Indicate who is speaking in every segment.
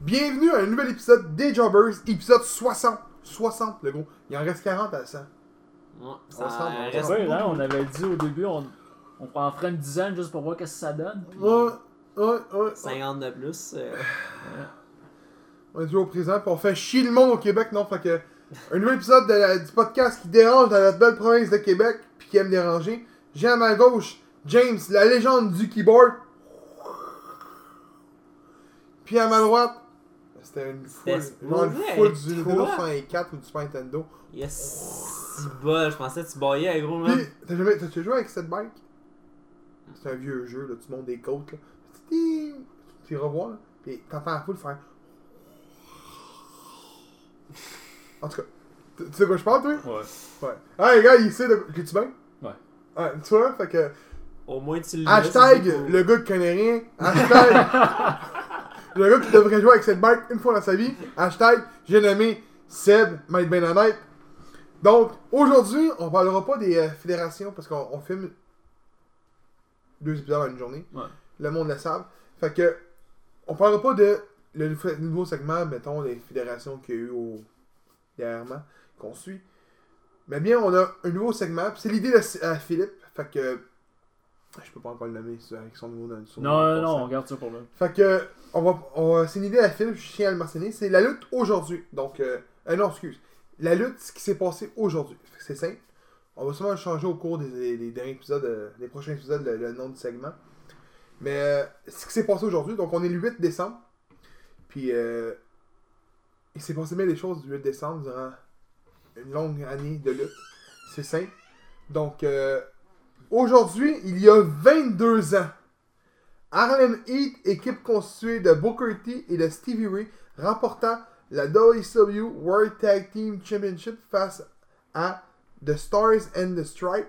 Speaker 1: Bienvenue à un nouvel épisode des Jobbers, épisode 60. 60, le gros. Il en reste 40 à 100.
Speaker 2: Ouais,
Speaker 1: On
Speaker 2: ça
Speaker 1: s'en- on
Speaker 2: reste
Speaker 1: s'en-
Speaker 2: pas
Speaker 3: Ouais, là, on avait dit au début, on, on en ferait une dizaine juste pour voir qu'est-ce que ça donne. puis-
Speaker 1: Ouais, ouais, ouais.
Speaker 2: 50 de plus. euh,
Speaker 1: On est toujours au présent, puis on fait chier le monde au Québec, non? Fait que, un nouvel épisode de la- du podcast qui dérange dans notre belle province de Québec, puis qui aime déranger. J'ai à ma gauche, James, la légende du keyboard. Puis à ma droite, c'était une foule,
Speaker 2: C'était
Speaker 1: genre une
Speaker 2: mauvais,
Speaker 1: foule du Nintendo
Speaker 2: quoi?
Speaker 1: 64 ou du Super Nintendo.
Speaker 2: yes, si bol, je pensais que tu baillais, gros,
Speaker 1: Puis,
Speaker 2: man.
Speaker 1: t'as jamais, t'as déjà joué avec cette bike? C'est un vieux jeu, là, tu montes des côtes, là. Tu tu revois, là. Puis t'entends la foule faire. En tout cas, tu tu sais de quoi je parle, toi?
Speaker 3: Ouais.
Speaker 1: Ouais. Hey, gars, il sait de quoi. tu bien?
Speaker 3: Ouais.
Speaker 1: Ouais, tu vois, fait que.
Speaker 2: Au moins, tu l'as.
Speaker 1: Hashtag
Speaker 2: tu sais pas.
Speaker 1: le gars qui connaît rien. Hashtag le gars qui devrait jouer avec cette bike une fois dans sa vie. Hashtag j'ai nommé Seb Mike Benadette. Donc aujourd'hui, on parlera pas des euh, fédérations parce qu'on on filme deux épisodes en une journée.
Speaker 3: Ouais.
Speaker 1: Le monde le savent. Fait que on parlera pas de le f- nouveau segment, mettons, des fédérations qu'il y a eu au dernièrement qu'on suit. Mais bien, on a un nouveau segment. puis C'est l'idée de C- à Philippe. Fait que. Je peux pas encore le nommer c'est avec son nouveau nom. son
Speaker 3: Non,
Speaker 1: nouveau
Speaker 3: non, non, on
Speaker 1: concept.
Speaker 3: garde ça pour là.
Speaker 1: Fait que. On va, on va- c'est une idée à Philippe, je tiens à le mentionner. C'est la lutte aujourd'hui. Donc. Euh, euh, non, excuse. La lutte, ce qui s'est passé aujourd'hui. Fait que C'est simple. On va sûrement changer au cours des, des- des derniers épisodes, euh, des prochains épisodes, le, le nom du segment. Mais euh, ce qui s'est passé aujourd'hui, donc on est le 8 décembre. Puis euh, il s'est passé bien des choses du 8 décembre durant une longue année de lutte. C'est simple. Donc euh, aujourd'hui, il y a 22 ans, Harlem Heat, équipe constituée de Booker T et de Stevie Ray, remportant la WCW World Tag Team Championship face à The Stars and the Stripe,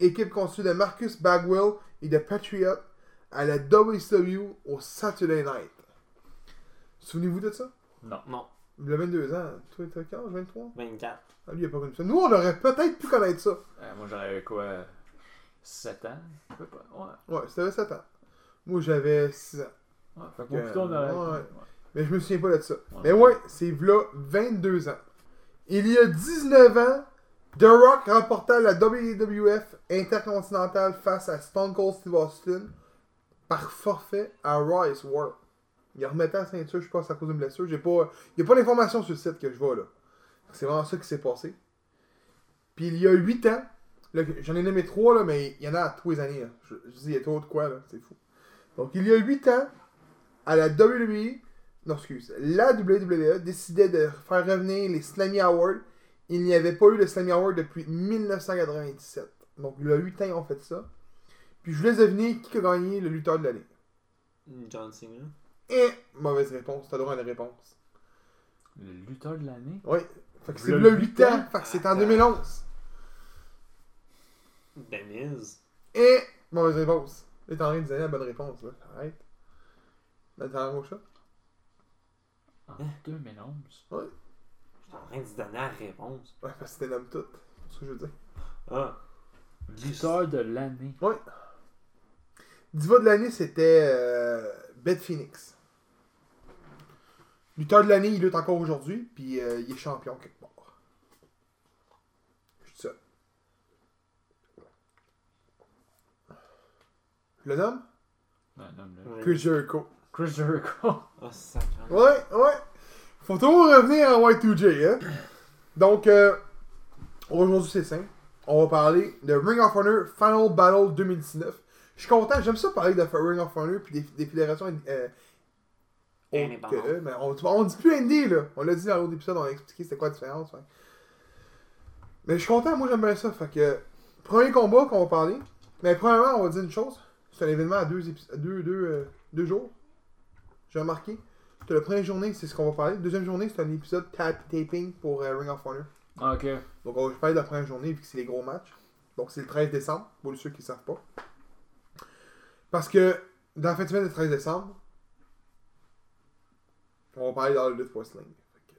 Speaker 1: équipe constituée de Marcus Bagwell et de Patriot à la WCW au Saturday Night. Souvenez-vous de ça?
Speaker 3: Non.
Speaker 2: Non,
Speaker 1: Il a 22 ans, toi t'as quel âge? 23?
Speaker 2: 24.
Speaker 1: Ah, lui, il a pas connu ça. Nous, on aurait peut-être pu connaître ça.
Speaker 3: Euh, moi, j'aurais eu quoi 7 ans Je peux pas. Ouais.
Speaker 1: Ouais, c'était 7 ans. Moi, j'avais 6 ans.
Speaker 3: ouais. Fait que moi,
Speaker 1: Euh,
Speaker 3: plutôt, on aurait.
Speaker 1: ouais. Mais je me souviens pas de ça.
Speaker 3: Ouais.
Speaker 1: Mais ouais, c'est v'là 22 ans. Il y a 19 ans, The Rock remporta la WWF Intercontinental face à Stone Cold Steve Austin par forfait à Rise War. Il remettait la ceinture, je pense, à cause d'une blessure. J'ai pas, il n'y a pas d'informations sur le site que je vois là. C'est vraiment ça qui s'est passé. Puis il y a 8 ans, là, j'en ai nommé 3 là, mais il y en a à tous les années. hein. Je, je dis, il y a trop de quoi là, c'est fou. Donc il y a 8 ans, à la E, WWE, non, excuse, la WWE décidait de faire revenir les Slammy Awards. Il n'y avait pas eu de Slammy Awards depuis 1997. Donc, le 8 ans, ils ont fait ça. Puis, je voulais deviner qui a gagné le lutteur de l'année.
Speaker 2: John Cena.
Speaker 1: Et, mauvaise réponse, t'as droit à une réponse.
Speaker 3: Le lutteur de l'année
Speaker 1: Oui, fait que c'est
Speaker 3: Le
Speaker 1: le
Speaker 3: huit
Speaker 1: 8 ans,
Speaker 3: ans?
Speaker 1: fait que c'est en
Speaker 2: Attends.
Speaker 1: 2011.
Speaker 2: The Miz.
Speaker 1: Et, Eh, mauvaise réponse. Là, T'es en train de donner la bonne réponse, là. Arrête. Là, t'es en gauche, là.
Speaker 3: En
Speaker 1: Hein?
Speaker 3: 2011.
Speaker 2: J'étais en train de te donner la réponse.
Speaker 1: Ouais, parce que t'es nomme tout. C'est ce que je veux dire.
Speaker 2: Ah,
Speaker 3: Lutteur de l'année.
Speaker 1: Diva de l'année, c'était euh, Beth Phoenix. Lutteur de l'année, il lutte encore aujourd'hui, puis euh, il est champion quelque part. Je dis ça. Le nom
Speaker 3: Non, non, non.
Speaker 2: ouais.
Speaker 1: Chris Jericho.
Speaker 3: Chris Jericho.
Speaker 2: Ah, ça
Speaker 1: Ouais, ouais. Faut toujours revenir en Y2J, hein. Donc, euh, aujourd'hui, c'est simple. On va parler de Ring of Honor Final Battle 2019. Je suis content, j'aime ça parler de Ring of Honor puis des, des fédérations euh, autres que
Speaker 2: Indépendante.
Speaker 1: eux, mais on, on dit plus ND, là. On l'a dit dans l'autre épisode, on a expliqué c'était quoi la différence. ouais. Mais je suis content, moi j'aime bien ça. Fait que, premier combat qu'on va parler. Mais premièrement, on va dire une chose. C'est un événement à deux, épis- deux, deux, euh, deux jours. J'ai remarqué. que la première journée, c'est ce qu'on va parler. Deuxième journée, c'est un épisode tap taping pour euh, Ring of Honor.
Speaker 3: Ah, ok.
Speaker 1: Donc, on va parler de la première journée vu que c'est les gros matchs. Donc, c'est le 13 décembre, pour ceux qui ne savent pas. Parce que dans la fin de semaine du 13 décembre, on va parler dans le lutte wrestling. Fait que,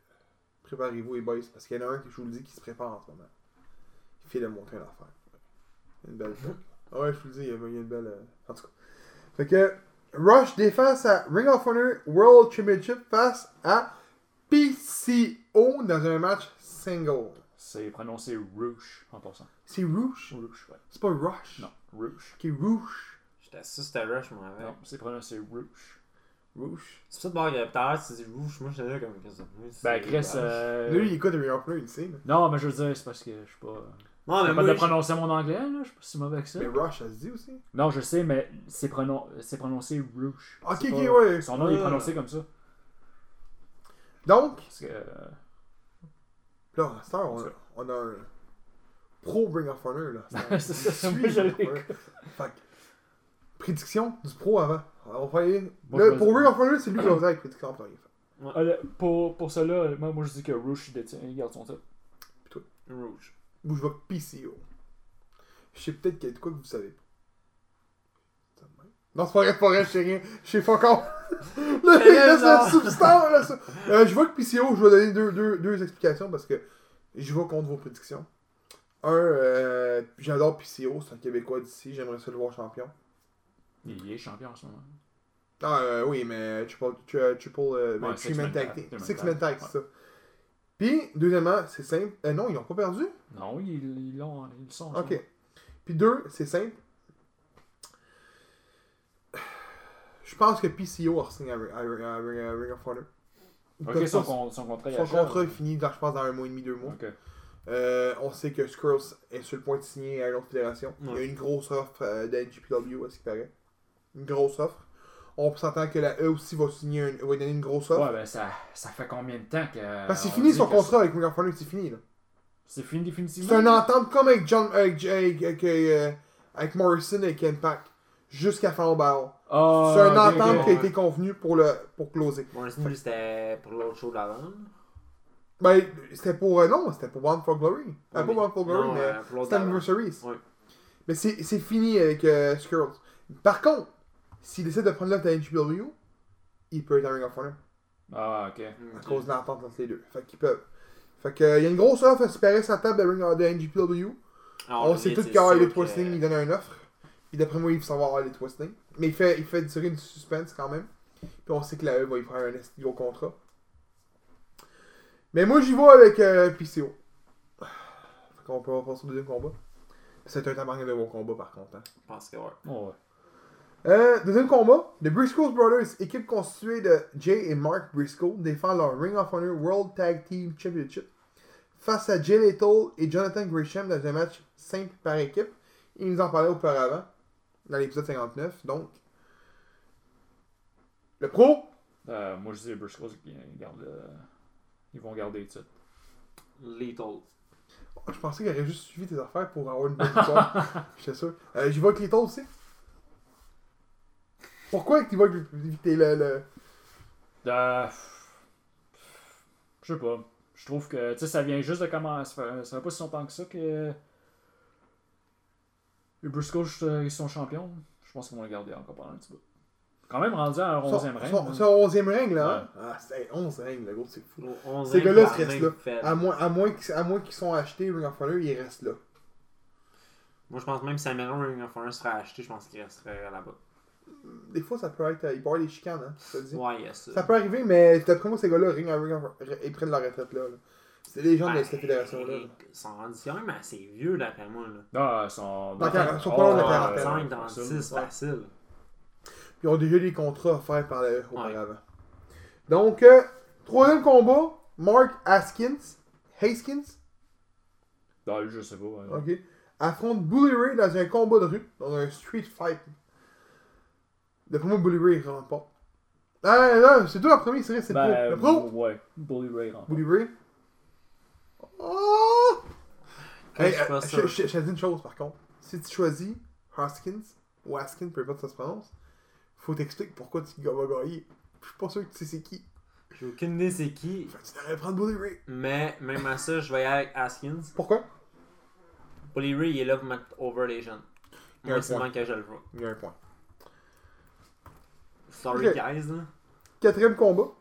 Speaker 1: Préparez-vous, les boys, parce qu'il y en a un que je vous le dis qui se prépare en ce moment. Il fait le montrer l'affaire. Une belle. Ah ouais, je vous le dis, il y a il y a une belle. euh, En tout cas. Fait que, Rush défend sa Ring of Honor World Championship face à PCO dans un match single.
Speaker 3: C'est prononcé Rouge en passant.
Speaker 1: C'est Rouge
Speaker 3: Rouge, ouais.
Speaker 1: C'est pas Rush
Speaker 3: Non, Rouge.
Speaker 1: Ok, Rouge.
Speaker 2: J'étais sûr que c'était Rush, moi, avec.
Speaker 3: Non, c'est prononcé Rouge.
Speaker 1: Rouge.
Speaker 2: C'est ça de bord, tout à l'heure, tu dis Rouge, moi, j'étais là comme Chris. oui, c'est
Speaker 3: Ben, Chris.
Speaker 2: Rush.
Speaker 3: euh,
Speaker 1: Lui, il écoute Ring of Honor, il le sait. là.
Speaker 3: Non, mais je veux dire, c'est parce que je suis pas.
Speaker 1: Ah,
Speaker 2: Non, mais
Speaker 3: Je
Speaker 2: moi,
Speaker 3: de
Speaker 2: je-
Speaker 3: prononcer mon anglais, là. Je suis pas si mauvais que ça.
Speaker 1: Mais Rush, ça se dit aussi.
Speaker 3: Non, je sais, mais c'est pronon- c'est prononcé Rouge.
Speaker 1: Ah, Ok,
Speaker 3: C'est
Speaker 1: ok,
Speaker 3: pas-
Speaker 1: ouais.
Speaker 3: Son nom il est
Speaker 2: Ah.
Speaker 3: prononcé comme ça.
Speaker 1: Donc,
Speaker 3: Parce que. euh,
Speaker 1: là, à cette heure, on, on a un pro Ring of Honor, là. à cette heure.
Speaker 3: C'est ça,
Speaker 1: Il
Speaker 3: moi, je
Speaker 1: suit Ring of Honor.
Speaker 3: l'écoute.
Speaker 1: Fait que, prédiction du pro avant. On va y aller.
Speaker 3: Moi,
Speaker 1: Là,
Speaker 3: je
Speaker 1: pour
Speaker 3: vais-
Speaker 1: Ring of Honor, c'est lui qui va faire avec prédiction en premier.
Speaker 3: Allez, Ah, Pour, pour cela, moi, moi je dis que Rouge il détient, il garde son titre.
Speaker 2: Rouge.
Speaker 1: Ou je vais PCO. Je sais peut-être qu'il y a de quoi que vous savez pas. Ça me manque. Non, c'est pas vrai, c'est pas vrai, je sais rien. Je sais pas encore. là, il
Speaker 2: Mais
Speaker 1: reste la
Speaker 2: non.
Speaker 1: substance. Là, ça. Euh, je vois que PCO, je vais donner deux, deux, deux explications parce que je vais contre vos prédictions. Un, euh, j'adore PCO, c'est un Québécois d'ici, j'aimerais ça le voir champion.
Speaker 3: Il est champion en ce moment.
Speaker 1: Ah euh, oui, mais triple, tri- triple euh, ben,
Speaker 3: Ouais,
Speaker 1: three man
Speaker 3: six-man
Speaker 1: tag
Speaker 3: tag,
Speaker 1: team.
Speaker 3: three-man
Speaker 1: Six man
Speaker 3: tag,
Speaker 1: tag, c'est ça. Puis, deuxièmement, c'est simple. Euh, non, ils n'ont pas perdu.
Speaker 3: Non, ils, ils, l'ont- ils le sont. en ce
Speaker 1: Ok. Puis deux, c'est simple. Je pense que PCO a re-signé à Ring- à Ring à Ring- à Ring of Honor. Ils
Speaker 3: moment.
Speaker 1: peuvent
Speaker 3: Ok, son,
Speaker 1: pas-
Speaker 3: con- son contrat il hein.
Speaker 1: son
Speaker 3: achève.
Speaker 1: contrat est hein. fini, dans, je pense, dans un mois et demi, deux mois.
Speaker 3: Ok.
Speaker 1: Euh, on sait que Skrulls est sur le point de signer à une autre fédération. Il y a
Speaker 2: Ouais.
Speaker 1: une grosse offre euh, de NGPW, à ce qu'il paraît. Une grosse offre. On s'entend que la E aussi va signer une- va donner une grosse offre.
Speaker 3: Ouais, ben ça, ça fait combien de temps que.
Speaker 1: Parce que Ben, c'est
Speaker 3: on
Speaker 1: fini
Speaker 3: dit
Speaker 1: son
Speaker 3: que
Speaker 1: contrat avec Ring of Honor, c'est fini. là.
Speaker 3: C'est c'est fini définitivement.
Speaker 1: C'est une entente comme avec, John, avec, avec, avec, euh, avec Morrison et Ken Pack. Jusqu'à fin au ballon.
Speaker 3: Ah,
Speaker 1: c'est une
Speaker 3: ok, ok.
Speaker 1: entente qui a
Speaker 2: ouais.
Speaker 1: été convenue pour, le, pour closer.
Speaker 2: Morrison, lui, c'était pour l'autre show d'avant.
Speaker 1: Ben, c'était pour. euh, non, c'était pour Bound for Glory. Euh, pas
Speaker 2: Ouais,
Speaker 1: Bound for Glory,
Speaker 2: non,
Speaker 1: mais.
Speaker 2: euh, pour l'autre
Speaker 1: C'était
Speaker 2: d'avant.
Speaker 1: Anniversary.
Speaker 2: Ouais.
Speaker 1: Mais c'est c'est fini avec euh, Skrulls. Par contre, s'il décide de prendre l'offre de NGW, il peut être un Ring of Honor
Speaker 3: Ah, ok.
Speaker 1: à
Speaker 2: Ok.
Speaker 1: cause de l'entente entre les deux. Fait qu'ils peuvent. Fait que, euh, il y a une grosse offre à supérer sa table de, Ring of, de NGPW.
Speaker 2: Ah,
Speaker 1: On sait
Speaker 2: lui,
Speaker 1: tous
Speaker 2: c'est
Speaker 1: qu'il y aura
Speaker 2: sûr
Speaker 1: Elite
Speaker 2: que-
Speaker 1: Wrestling, il donne une offre. Et d'après moi, il faut savoir Elite Wrestling. Mais il fait, il fait durer du suspense quand même. Puis on sait que la E va y faire un esti gros contrat. Mais moi, j'y vais avec euh, PCO. Fait qu'on peut passer au deuxième combat. C'est un tabarnak de gros combat par contre. hein.
Speaker 2: Je pense que ouais.
Speaker 3: Oh, ouais.
Speaker 1: Euh, deuxième combat, les Briscoe Brothers, équipe constituée de Jay et Mark Briscoe, défend leur Ring of Honor World Tag Team Championship face à Jay Lethal et Jonathan Gresham dans un match simple par équipe. Ils nous en parlaient auparavant, dans l'épisode 59, donc. Le pro,
Speaker 3: Euh, moi, je dis les Briscoes, ils, gardent, le- ils vont garder le titre.
Speaker 2: Lethal.
Speaker 1: Oh, je pensais qu'il aurait juste suivi tes affaires pour avoir une bonne victoire. J'étais sûr. Euh, J'y vais avec Lethal aussi. Pourquoi tu vas éviter le. le...
Speaker 3: Euh, pff, pff, je sais pas. Je trouve que, tu sais, ça vient juste de commencer. Ça fait, ça fait pas si longtemps que ça que. Les Briscoes, euh, ils sont champions. Je pense qu'ils vont le garder encore pendant un petit bout. Quand même rendu à un 11e règne.
Speaker 1: Son-
Speaker 3: hein.
Speaker 1: son 11e règne, là. hein? Ah, c'est 11 règne, le gros, c'est fou. Ces
Speaker 2: Ces
Speaker 1: gars-là se restent là. Ah. À moins, à moins qu'ils à moins qu'ils sont achetés, Ring of Honor, ils restent là.
Speaker 2: Moi, je pense même que si Cameron Ring of Honor serait acheté, je pense qu'il resterait là-bas.
Speaker 1: Des fois, ça peut être. euh, Il peut y avoir des chicanes, hein, je te le dis.
Speaker 2: Ouais, yes.
Speaker 1: Ça peut arriver, mais d'après moi, ces gars-là, Ring of Ring of- ils prennent leur retraite là. là. C'est les gens de
Speaker 2: Ben,
Speaker 1: cette fédération-là. là.
Speaker 2: Ils sont rendus quand même assez vieux, d'après moi. Là.
Speaker 3: Ah, ils sont.
Speaker 1: Dans la- ils sont pas
Speaker 3: Oh,
Speaker 1: loin de la
Speaker 3: ouais,
Speaker 1: quarantaine.
Speaker 3: ouais,
Speaker 2: 35,
Speaker 3: ouais,
Speaker 2: 36,
Speaker 3: ouais.
Speaker 2: facile.
Speaker 1: Ils ont déjà des contrats offerts par la auparavant. Donc, euh, troisième combat, Mark Haskins, Haskins,
Speaker 3: Ah, je sais pas. ouais.
Speaker 1: ok, affronte Bully Ray dans un combat de rue, dans un street fight. D'après moi, Bully Ray remporte. Ah, non, c'est toi la première, c'est vrai, c'est
Speaker 3: Ben,
Speaker 1: le pro. Le pro.
Speaker 3: ouais. Bully Ray rentre.
Speaker 1: Bully Ray. Oh!
Speaker 2: Quand
Speaker 1: Hey,
Speaker 2: je suis pas
Speaker 1: euh,
Speaker 2: sûr.
Speaker 1: je, je- je te dis une chose par contre. Si tu choisis Hoskins ou Haskins, peu importe ça se prononce, faut t'expliquer pourquoi tu vas gagner. Je suis pas sûr que tu sais c'est qui.
Speaker 2: J'ai aucune idée c'est qui,
Speaker 1: Fait que tu devrais prendre Bully Ray.
Speaker 2: mais même à ça, je vais y aller avec Haskins.
Speaker 1: Pourquoi?
Speaker 2: Bully Ray, il est là pour mettre over les jeunes.
Speaker 1: Il y a un
Speaker 2: Moi, c'est
Speaker 1: point.
Speaker 2: le que je le vois.
Speaker 1: Il y a un point.
Speaker 2: Sorry,
Speaker 1: Ok.
Speaker 2: guys. Là.
Speaker 1: Quatrième combat.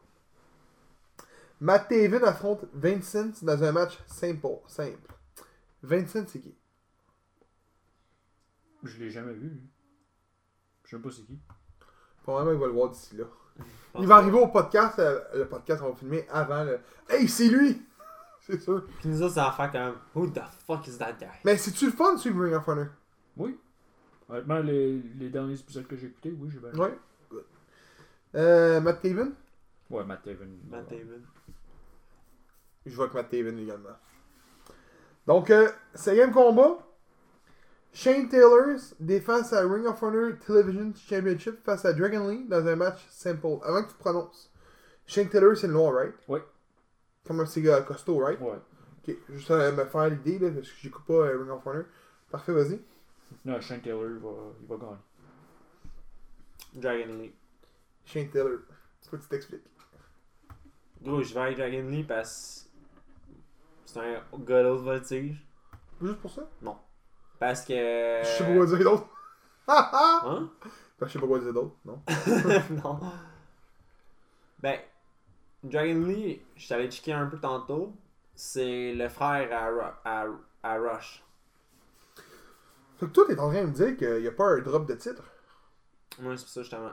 Speaker 1: Matt Taven affronte Vincent dans un match simple. simple. Vincent, c'est qui?
Speaker 3: Je l'ai jamais vu. lui. Je sais même pas c'est qui.
Speaker 1: Probablement, il va le voir d'ici là.
Speaker 2: Je pense
Speaker 1: Il va
Speaker 2: que-
Speaker 1: arriver au podcast. euh, le podcast, on va filmer avant le. Hey, c'est lui! c'est sûr.
Speaker 2: Puis nous autres, ça va faire comme Who the fuck is that guy?
Speaker 1: Mais c'est-tu le fun de suivre Ring of Honor?
Speaker 3: Oui. Honnêtement, les, les derniers épisodes que j'ai écoutés, oui, j'ai bien aimé.
Speaker 1: Ouais. Euh, Matt Taven?
Speaker 3: Ouais, Matt Taven.
Speaker 2: Matt
Speaker 3: ouais.
Speaker 2: Damon.
Speaker 1: Je vois que Matt Taven également. Donc, euh, cinquième combat. Shane Taylor défend sa Ring of Honor Television Championship face à Dragon Lee dans un match simple. Avant que tu prononces, Shane Taylor, c'est le noir, right?
Speaker 3: Ouais.
Speaker 1: Comme un petit gars costaud, right?
Speaker 3: Ouais.
Speaker 1: Ok, juste à me faire l'idée, là, parce que j'écoute pas euh, Ring of Honor. Parfait, vas-y.
Speaker 3: Non, Shane Taylor, il va, il va gagner.
Speaker 2: Dragon Lee.
Speaker 1: Shane Taylor. Faut que tu t'expliques.
Speaker 2: Gros, je vais avec Dragon Lee parce que c'est un gars d'autre voltige.
Speaker 1: Juste pour ça?
Speaker 2: Parce que.
Speaker 1: Je sais pas quoi dire d'autre. Ha ha!
Speaker 2: Hein?
Speaker 1: Ben, Je sais pas quoi dire d'autre, non?
Speaker 2: non. Ben, Dragon Lee, je t'allais checker un peu tantôt. C'est le frère à, Ru- à, à Rush.
Speaker 1: Fait que toi, t'es en train de me dire qu'il n'y a pas un drop de titre.
Speaker 2: Moi, c'est pour ça justement.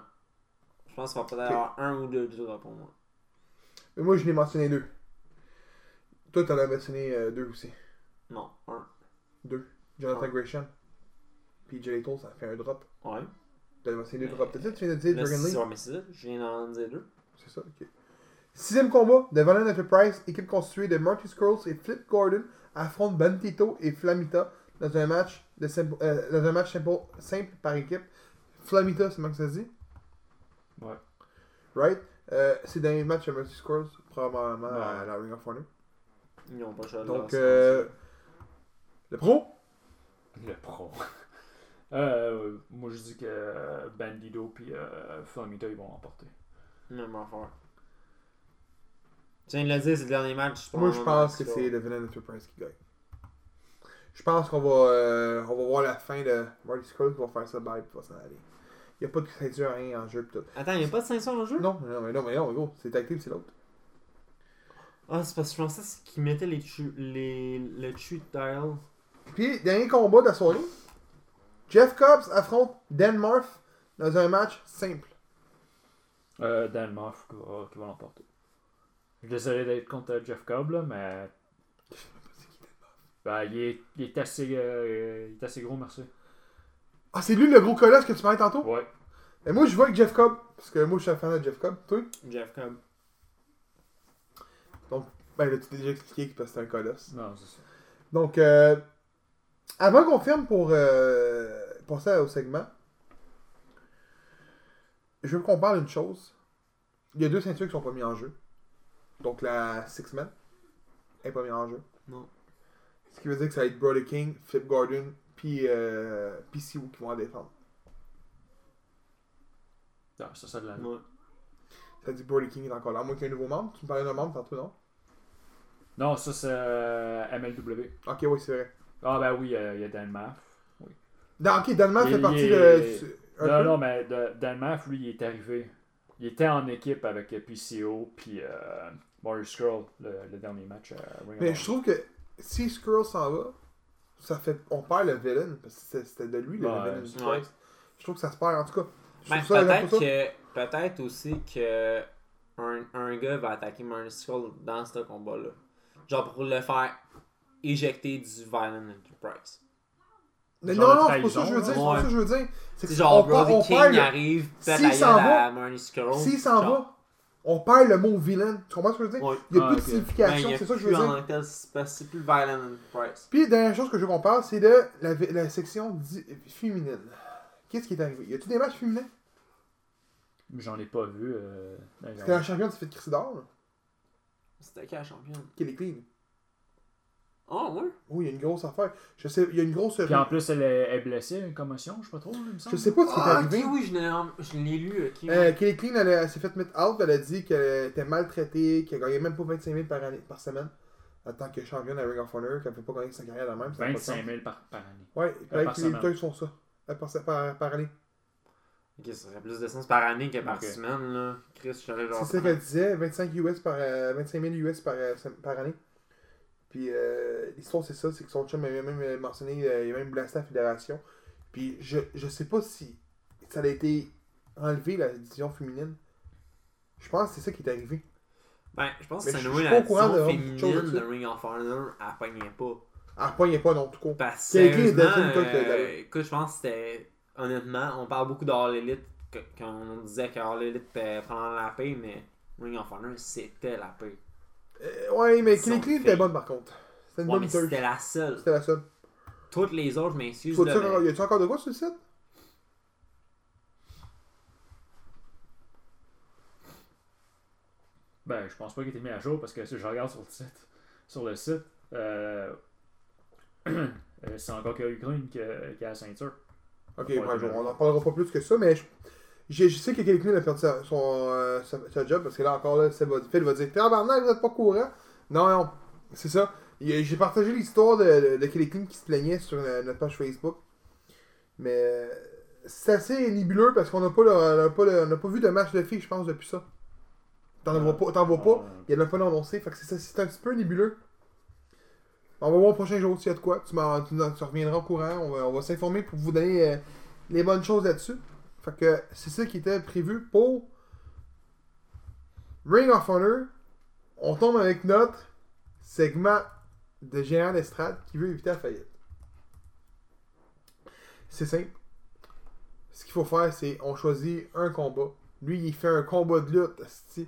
Speaker 2: Je pense qu'il va peut-être avoir un ou deux drops pour moi.
Speaker 1: Mais moi, je l'ai mentionné deux. Toi, t'en as mentionné euh, deux aussi.
Speaker 2: Non, un.
Speaker 1: Deux. Jonathan
Speaker 2: Ouais.
Speaker 1: Gresham. Puis Jelato, ça fait un drop.
Speaker 2: Ouais.
Speaker 1: T'as mentionné deux
Speaker 2: Mais-
Speaker 1: drops de titre. Tu viens de dire
Speaker 2: Là,
Speaker 1: Dragon
Speaker 2: c'est
Speaker 1: Lee.
Speaker 2: ouais, mais c'est ça. Je viens d'en dire deux.
Speaker 1: C'est ça, ok. Sixième combat de Valen Price, équipe constituée de Marty Scrolls et Flip Gordon, affrontent Bandito et Flamita dans un match, de simple, euh, dans un match simple, simple par équipe. Flamita, c'est comment que ça se dit
Speaker 3: Ouais.
Speaker 1: Right Euh, C'est dans les matchs de Marty Scrolls, probablement à
Speaker 3: Ouais.
Speaker 1: la Ring of Honor.
Speaker 2: Ils n'ont pas le choix de
Speaker 1: Donc,
Speaker 2: leur
Speaker 1: euh, le pro
Speaker 3: Le pro. euh, moi, je dis que euh, Bandido puis euh, Flamita, ils vont l'emporter.
Speaker 2: sens. Même affaire. Tu viens de le dire, c'est le dernier match.
Speaker 1: Moi, je pense que c'est le Villain Enterprise qui gagne. Je pense qu'on va, euh, on va voir la fin de Marty Scrolls qui va faire ça, bye, puis il va s'en aller. Il n'y a pas de ceinture, rien en jeu, pis tout.
Speaker 2: Attends, il n'y a pas de 500 en jeu
Speaker 1: Non, mais non, mais non, mais non, gros, c'est tag team, c'est l'autre.
Speaker 2: Ah, c'est parce que je pensais que c'est qu'ils mettaient les chu- les, le cheat dial.
Speaker 1: Puis, dernier combat de la soirée, Jeff Cobbs affronte Dan Murph dans un match simple.
Speaker 3: Euh, Dan Moff qui va, qui va l'emporter. Je suis désolé d'être contre euh, Jeff Cobb, là, mais ben, il, est, il est assez, euh, il est assez gros, merci.
Speaker 1: Ah, c'est lui le gros colosse que tu parlais tantôt?
Speaker 3: Ouais.
Speaker 1: Mais moi, je vois que Jeff Cobb, parce que moi, je suis un fan de Jeff Cobb, toi.
Speaker 2: Jeff Cobb.
Speaker 1: Ben, là, tu t'es déjà expliqué que parce que c'est un colosse.
Speaker 3: Non, c'est ça.
Speaker 1: Donc, euh, avant qu'on ferme pour euh, passer au segment, je veux qu'on parle d'une chose. Il y a deux ceintures qui sont pas mises en jeu. Donc, la Six Man est pas mise en jeu.
Speaker 2: Non.
Speaker 1: Ce qui veut dire que ça va être Brother King, Flip Gordon, puis euh, puis Siwoo qui vont en défendre.
Speaker 3: Non, ça, ça de la
Speaker 2: Ouais.
Speaker 1: Ça dit Brother King est encore là. À moins qu'il y ait un nouveau membre. Tu me parlais d'un membre tantôt, non
Speaker 3: Non, ça, c'est euh, MLW.
Speaker 1: Ok, oui, c'est vrai.
Speaker 3: Ah, ben oui, euh, il y a Dan Moff.
Speaker 1: Dan- ok, Danemark
Speaker 3: Il
Speaker 1: fait partie
Speaker 3: est-
Speaker 1: de. un
Speaker 3: Non,
Speaker 1: peu.
Speaker 3: non, mais de- Dan Maff, lui, il est arrivé. Il était en équipe avec euh, PCO puis euh, Maurice Scroll, le, le dernier match à Ring of
Speaker 1: Mais
Speaker 3: Honor.
Speaker 1: Ben, je trouve que si Skrull s'en va, ça fait on perd le villain parce que c'était- c'était de lui le
Speaker 3: Bah, Ouais.
Speaker 1: villain du
Speaker 2: Ouais.
Speaker 1: Christ. Je trouve que ça se perd en tout cas. Je
Speaker 2: Ben,
Speaker 1: trouve ça raison
Speaker 2: peut-être
Speaker 1: pour ça.
Speaker 2: que. Peut-être aussi que. Un, un gars va attaquer Martin Skull dans ce combat-là. Genre pour le faire éjecter du Violent Enterprise.
Speaker 1: Mais
Speaker 3: genre
Speaker 1: non
Speaker 3: de
Speaker 1: non, c'est pas ça que je veux dire,
Speaker 3: trahison,
Speaker 1: c'est pas
Speaker 2: là.
Speaker 1: ça que je veux dire. C'est
Speaker 2: C'est
Speaker 1: que
Speaker 2: genre,
Speaker 1: on, perd-
Speaker 2: Brody
Speaker 1: on
Speaker 2: King hein.
Speaker 1: perd le-
Speaker 2: arrive, peut-être
Speaker 1: S'il s'en
Speaker 2: à Marty Scurll.
Speaker 1: s'il s'en va, on perd le mot villain. Tu comprends ce que je veux dire
Speaker 2: Ouais.
Speaker 1: Il y a
Speaker 3: Ah,
Speaker 1: plus de
Speaker 3: ok.
Speaker 1: signification,
Speaker 2: Ben, il y a
Speaker 1: c'est ça que je
Speaker 2: plus
Speaker 1: veux dire.
Speaker 2: en tant que tel, c'est parce que c'est plus Violent Enterprise.
Speaker 1: Puis dernière chose que je veux qu'on parle, c'est de la, vi- la section di- féminine. Qu'est-ce qui est arrivé Y a-tu des matchs féminins
Speaker 3: J'en ai pas vu. euh, dans les
Speaker 1: C'était la championne qui s'est fait crisser dehors, là,
Speaker 2: C'était qui la championne
Speaker 1: qui est les clean.
Speaker 2: Ah, ouais.
Speaker 1: Oui, il y a une grosse affaire. Je sais, il y a une grosse.
Speaker 3: Puis en plus, elle est, elle est blessée, une commotion, je sais pas trop, il me semble.
Speaker 1: Je sais pas ce qui est
Speaker 2: Ah, ok,
Speaker 1: arrivé.
Speaker 2: oui, je l'ai, je l'ai lu, ok.
Speaker 1: Euh, Kelly Clean, elle, a- elle s'est faite mettre out, elle a dit qu'elle était maltraitée, qu'elle gagnait même pas 25 000 par, année, par semaine en tant que championne à Ring of Honor, qu'elle ne peut pas gagner sa carrière la même. ça n'a pas de sens.
Speaker 3: 25 000 par, par année.
Speaker 1: Ouais, ben, il paraît
Speaker 3: Euh, par
Speaker 1: que les
Speaker 3: semaine.
Speaker 1: lutteurs ils font ça. Euh, Par, par, par année.
Speaker 2: Ok, ça ferait plus de sens par année que par
Speaker 3: Ok.
Speaker 2: semaine, là. Chris, je serais genre.
Speaker 1: C'est ça qu'elle disait, 25, US par, euh, 25 000 US par, euh, sem- par année. Puis euh, l'histoire, c'est ça, c'est que son chum avait même euh, mentionné, euh, il a même blasté la fédération. Puis je, je sais pas si ça a été enlevé la division féminine. Je pense que c'est ça qui est arrivé.
Speaker 2: Ben, je pense
Speaker 1: Mais
Speaker 2: que c'est
Speaker 1: je- je
Speaker 2: noué
Speaker 1: suis pas
Speaker 2: la
Speaker 1: au courant de
Speaker 2: division
Speaker 1: autre chose
Speaker 2: féminine de
Speaker 1: là-dessus.
Speaker 2: Ring of Honor, elle pognait pas.
Speaker 1: Elle pognait pas non tout court.
Speaker 2: Parce que,
Speaker 1: Quel gars est
Speaker 2: sérieusement,
Speaker 1: dans une coque de-
Speaker 2: euh, écoute, je pense que c'était. Honnêtement, on parle beaucoup d'All Elite, que- qu'on disait que All Elite était pendant la paix, mais Ring of Honor, c'était la paix.
Speaker 1: Euh, ouais, mais
Speaker 2: Ils sont
Speaker 1: Kelly Clean
Speaker 2: filles.
Speaker 1: était bonne par contre. C'était une
Speaker 2: Ouais, mais
Speaker 1: bonne third.
Speaker 2: c'était la seule.
Speaker 1: C'était la seule.
Speaker 2: Toutes les autres, je m'excuse.
Speaker 1: Faut-tu
Speaker 2: là,
Speaker 1: encore-
Speaker 2: mais-
Speaker 1: Y a-tu encore de quoi sur le site
Speaker 3: Ben, je pense pas qu'il était mis à jour parce que si je regarde sur le site, sur le site, euh, euh, c'est encore que Ukraine qui a, qui a la ceinture.
Speaker 1: Ok,
Speaker 3: Ouais,
Speaker 1: ouais,
Speaker 3: ouais.
Speaker 1: je- on n'en parlera pas plus que ça, mais je, je- je sais que quelqu'un a perdu sa- son, euh, sa, sa job parce que là encore, là, Seb va, Phil va dire Tabarnak, vous n'êtes pas courant. Non, non, c'est ça. Il y a- J'ai partagé l'histoire de, de, de Kelly Clean qui se plaignait sur euh, notre page Facebook. Mais euh, c'est assez nébuleux parce qu'on n'a pas, le- on n'a pas, le- on n'a pas vu de match de filles, je pense, depuis ça. T'en vois pas, t'en vois pas.
Speaker 3: Euh,
Speaker 1: Il y en a pas annoncé, fait que c'est ça, c'est un petit peu nébuleux. On va voir le prochain jour s'il y a de quoi. Tu, m'en- tu, tu reviendras au courant. On va, on va s'informer pour vous donner euh, les bonnes choses là-dessus. Fait que c'est ça qui était prévu pour Ring of Honor. On tombe avec notre segment de géant d'estrade qui veut éviter la faillite. C'est simple. Ce qu'il faut faire, c'est on choisit un combat. Lui, il fait un combat de lutte esti,